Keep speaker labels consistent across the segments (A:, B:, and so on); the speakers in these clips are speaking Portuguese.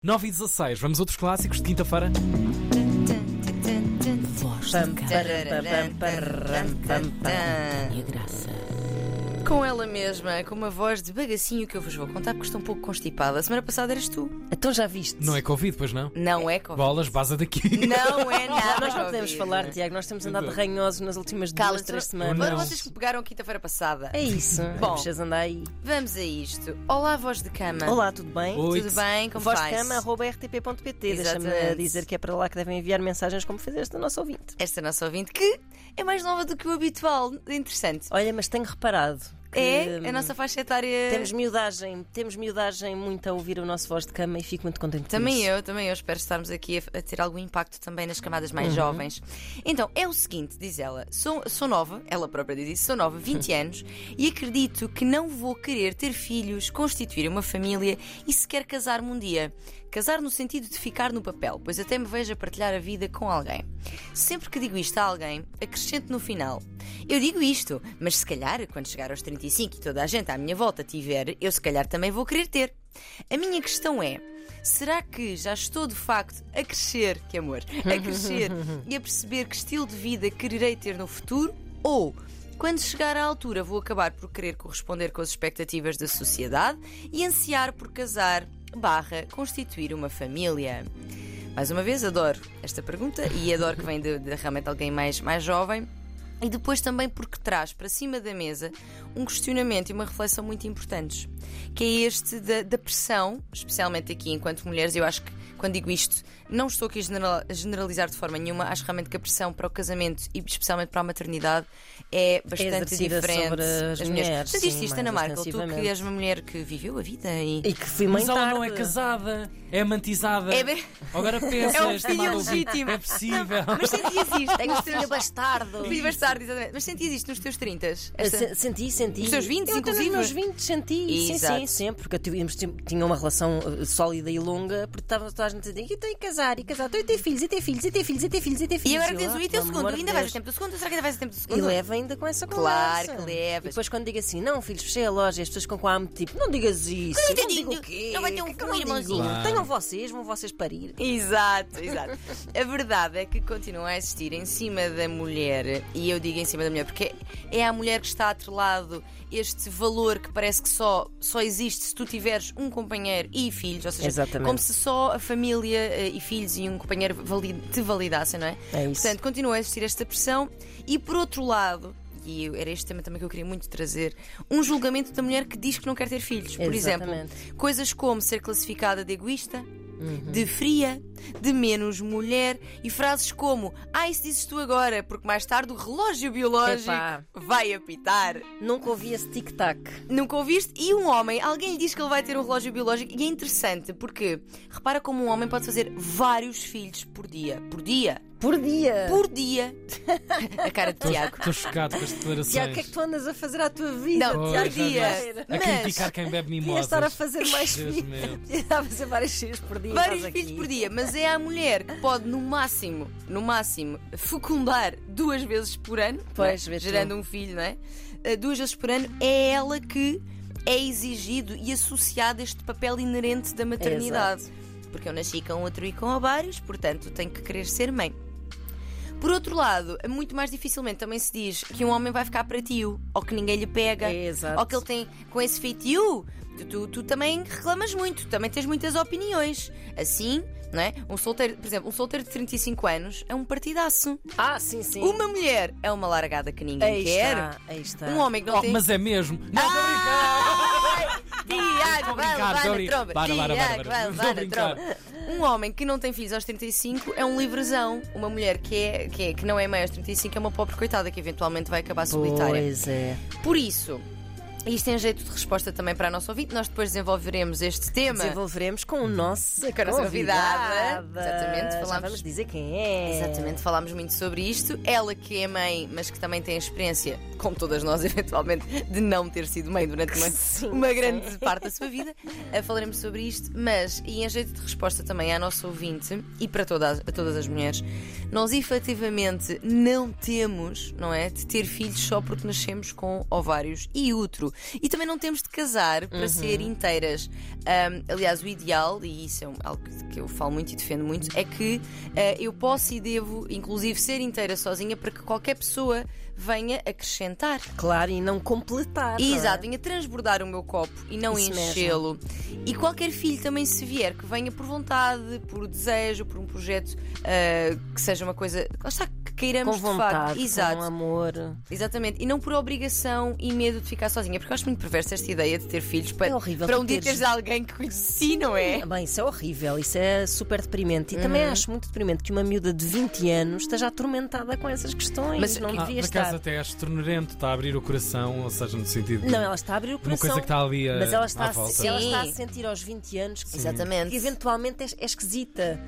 A: 9 e 16, vamos a outros clássicos de quinta-feira?
B: Pam, pararam, pam, pararam, pam, pam. Com ela mesma, com uma voz de bagacinho que eu vos vou contar, porque estou um pouco constipada. A semana passada eras tu.
C: Então já viste?
A: Não é Covid, pois não?
B: Não é Covid.
A: Bolas, baza daqui.
B: Não é nada.
C: Nós não podemos
B: Covid.
C: falar, Tiago. Nós temos andado
A: Então.
C: ranhosos nas últimas duas,
B: Cala-te.
C: três
A: Não.
C: semanas.
B: Foram vocês que me pegaram quinta-feira passada.
C: É isso.
B: Bom.
C: Vocês andar aí.
B: Vamos a isto. Olá, voz de cama.
C: Olá, tudo bem?
A: Oi.
B: Tudo bem? Como
C: Voz de
B: vais?
C: cama, arroba rtp.pt. Deixa-me
B: Exatamente.
C: dizer que é para lá que devem enviar mensagens como fez esta nossa ouvinte.
B: Esta nossa ouvinte que é mais nova do que o habitual. Interessante.
C: Olha, mas tenho reparado Oh, que
B: É
C: hum,
B: a nossa faixa etária.
C: temos miudagem, temos miudagem muito a ouvir o nosso voz de cama e fico muito contente com
B: Também
C: isso.
B: eu, também eu espero estarmos aqui a, a ter algum impacto também nas camadas mais jovens. Então, é o seguinte, diz ela, sou, sou nova, ela própria diz isso, sou nova, 20 anos, e acredito que não vou querer ter filhos, constituir uma família e sequer casar-me um dia. Casar no sentido de ficar no papel, pois até me vejo a partilhar a vida com alguém. Sempre que digo isto a alguém, acrescento no final. Eu digo isto, mas se calhar, quando chegar aos 35 e toda a gente à minha volta tiver, eu se calhar também vou querer ter. A minha questão é. Será que já estou de facto a crescer, que amor, a crescer e a perceber que estilo de vida quererei ter no futuro? Ou quando chegar à altura vou acabar por querer corresponder com as expectativas da sociedade e ansiar por casar barra constituir uma família? Mais uma vez, adoro esta pergunta e adoro que vem de, de realmente alguém mais, mais jovem. E depois também porque traz para cima da mesa um questionamento e uma reflexão muito importantes, que é este da, da pressão, especialmente aqui enquanto mulheres, eu acho que quando digo isto, não estou aqui a general- a generalizar de forma nenhuma, acho realmente que a pressão para o casamento e especialmente para a maternidade é bastante
C: exercida
B: diferente.
C: sobre as mulheres,
B: Mas isto,
C: sim,
B: isto Ana
C: mais
B: Markel, tu que
C: intensivamente.
B: és uma mulher que viveu a vida e.
C: E que fui mãe
A: Mas ela não é
C: tarde.
A: casada, é amantizada.
B: É bem-
A: Agora pensas,
B: É um filho
A: Malu,
B: legítimo.
A: É possível.
B: Mas sentias isto?
C: Tenho um filho bastardo.
B: Filho bastardo, exatamente. Mas sentias isto nos teus 30? Esta...
C: Se- Senti, senti.
B: Nos teus 20,
C: eu até
B: inclusive?
C: Nos meus 20 senti,
B: Exato.
C: sim, sim, sempre. Porque eu tivemos- tinha uma relação eh, sólida e longa, porque estávamos toda a gente a dizer, e tem que casar, e casar, então, e ter filhos, e ter filhos, e ter filhos, e ter filhos, e ter filhos.
B: E agora
C: Eu,
B: que tens
C: ah,
B: o e teu
C: pelo
B: segundo,
C: amor de
B: ainda vais a
C: Deus.
B: tempo do segundo? Será que ainda vais a tempo do
C: E
B: segundo?
C: leva ainda com essa
B: Claro
C: conversa.
B: que levas.
C: E depois quando digo assim, não, filhos, fechei a loja, as pessoas ficam com a tipo, não digas isso.
B: Eu não
C: não digo
B: entendi.
C: o quê?
B: Não vai ter um
C: Que que eu não digo?
B: irmãozinho.
A: Claro.
C: Tenham vocês, vão vocês parir.
B: Exato, exato. A verdade é que continua a existir em cima da mulher, e eu digo em cima da mulher porque é à mulher que está atrelado este valor que parece que só, só existe se tu tiveres um companheiro e filhos, ou seja,
C: Exatamente.
B: como se só a família eh, e filhos e um companheiro vali- te validassem, não é?
C: É isso.
B: Portanto, continua a existir esta pressão, e por outro lado. E eu- era este tema também que eu queria muito trazer. Um julgamento da mulher que diz que não quer ter filhos. Por exemplo,
C: Exatamente.
B: Coisas como ser classificada de egoísta, de fria, de menos mulher e frases como: Ah, isso dizes tu agora, porque mais tarde o relógio biológico
C: Epá.
B: vai apitar.
C: Nunca ouvi esse tic-tac.
B: Nunca ouviste? E um homem, alguém lhe diz que ele vai ter um relógio biológico e é interessante porque repara como um homem pode fazer vários filhos por dia. Por dia.
C: Por dia.
B: Por dia. A cara de Tiago.
A: Estou chocado com as declarações.
C: Tiago, o que é que tu andas a fazer à tua vida?
B: Não,
A: Pois,
C: Tiago?
B: por dia.
A: já- A
B: Mas-
A: criticar quem bebe
C: Podia
A: mimosas.
C: estar a fazer mais
A: Deus
C: filhos.
A: meu.
C: Podia estar a fazer vários filhos por dia.
B: Vários
C: estás
B: filhos
C: aqui.
B: por dia, mas é a mulher que pode, no máximo, no máximo, fecundar duas vezes por ano,
C: Pois,
B: não é?
C: vês tu.
B: gerando um filho, não é? Uh, Duas vezes por ano, é ela que é exigido e associado este papel inerente da maternidade. Porque eu nasci com outro e com ovários, portanto tenho que querer ser mãe. Por outro lado, muito mais dificilmente também se diz que um homem vai ficar para ti, ou que ninguém lhe pega,
C: É, exato.
B: ou que ele tem com esse feitio. Tu, tu, tu também reclamas muito, também tens muitas opiniões. Assim, não é? Um solteiro, por exemplo, um solteiro de 35 anos é um partidaço.
C: Ah, sim, sim.
B: Uma mulher é uma largada que ninguém
C: Aí
B: quer.
C: está, tá. aí está.
B: Um homem que não
A: Oh,
B: tem.
A: mas é mesmo. Não, estou a
C: Ah,
B: Tiago, vai
A: brincar. Estou a
B: levar na
A: brincar.
B: tromba.
A: Para, para,
B: Tiago,
A: para,
B: vai
A: para. Estou a
B: levar na
A: brincar.
B: tromba. Um homem que não tem filhos aos 35 é um livrezão. Uma mulher que, é, que, é- que não é mãe aos 35 é uma pobre coitada que eventualmente vai acabar solitária.
C: Pois é.
B: Por isso, isto é em jeito de resposta também para a nossa ouvinte. Nós depois desenvolveremos este tema.
C: Desenvolveremos com o nosso
B: Com a nossa convidada. Exatamente,
C: Já
B: falámos-
C: vamos dizer quem é.
B: Exatamente, falámos muito sobre isto. Ela que é mãe, mas que também tem a experiência, como todas nós, eventualmente, de não ter sido mãe durante uma,
C: Sim,
B: uma grande parte da sua vida. Eh, Falaremos sobre isto, mas, e em jeito de resposta também à nossa ouvinte e para todas, a todas as mulheres, nós efetivamente não temos, não é? De ter filhos só porque nascemos com ovários e útero. tudo. E também não temos de casar para
C: Uhum.
B: ser inteiras. Ahm, aliás, o ideal, e isso é um- algo que- que eu falo muito e defendo muito, é que ah, eu posso e devo, inclusive, ser inteira sozinha para que qualquer pessoa venha acrescentar.
C: Claro, e não completar. não é?
B: Exato, venha transbordar o meu copo e não
C: Isso mesmo.
B: enchê-lo. E qualquer filho também, se vier, que venha por vontade, por desejo, por um projeto ah, que seja uma coisa. Lá está, que queiramos
C: Com
B: de facto.
C: vontade,
B: Exato.
C: com amor.
B: Exatamente, e não por obrigação e medo de ficar sozinha, porque eu acho muito perversa esta ideia de ter filhos para,
C: É horrível
B: para
C: tu
B: um dia
C: teres-
B: teres alguém que conheci, não é? Uhum.
C: Ah, Bem, isso é horrível, isso é super deprimente. E também acho muito deprimente que uma miúda de 20 anos esteja atormentada com essas questões.
B: Mas-
C: não
B: Ah,
A: Ah,
C: devia
A: por
C: estar.
A: acaso até acho tornurento, está a abrir o coração, ou seja, no sentido. de
C: Não, ela está a abrir o
A: Uma
C: coração.
A: coisa que está ali a.
C: Mas ela está,
A: à
C: a, se-
A: volta.
B: Sim.
C: ela está a sentir aos 20 anos que,
B: Exatamente.
C: que eventualmente é, é esquisita.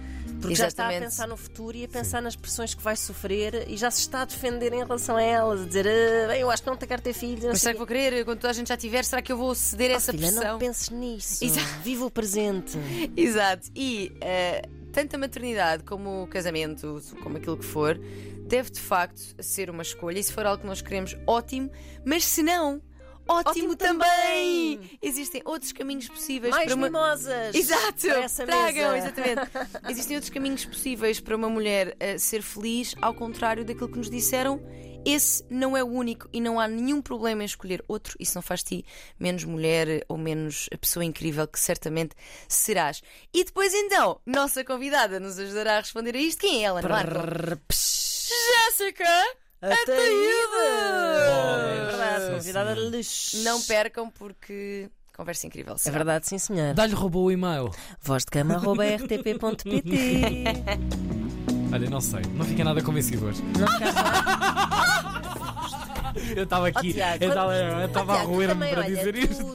C: Porque já está a
B: Exatamente.
C: pensar no futuro e a pensar nas pressões que vai sofrer e já se está a defender em relação a elas, a dizer "Ah, bem, eu acho que não te quero ter filhos. não
B: Mas
C: sei
B: será que vou querer, quando toda a gente já tiver, será que eu vou ceder a essa
C: Oh, Filha,
B: pressão?
C: não penses nisso.
B: Exato.
C: Viva o presente.
B: Exato, e eh, tanto a maternidade como o casamento, como aquilo que for, deve de facto ser uma escolha. E se for algo que nós queremos, ótimo, mas se não, ótimo,
C: Ótimo
B: também.
C: também.
B: Existem outros caminhos possíveis
C: Mais
B: para uma.
C: mimosas.
B: Exato!
C: Para essa
B: Tragam,
C: mesa.
B: exatamente. Existem outros caminhos possíveis para uma mulher eh, ser feliz, ao contrário daquilo que nos disseram. Esse não é o único e não há nenhum problema em escolher outro. Isso não faz de ti menos mulher eh, ou menos a pessoa incrível que certamente serás. E depois então, nossa convidada nos ajudará a responder a isto. Quem é ela, Marco?
C: Prrr, psh,
B: Jéssica!
C: Ataíde. É verdade,
A: Sim,
C: convidada
A: senhora.
C: luxo.
B: Não percam porque conversa incrível.
C: É
B: será.
C: verdade, sim, senhor.
A: Dá-lhe roubou o e-mail.
C: Voz de cama, arroba rtp.pt.
A: Olha, não sei, não fiquei nada convencido hoje. eu estava aqui,
C: Tiago,
A: eu estava- eu
C: quando-
A: estava a
C: Oh, Tiago, tu
A: roer-me
C: também,
A: para
C: olha,
A: dizer
C: tu-
A: isto.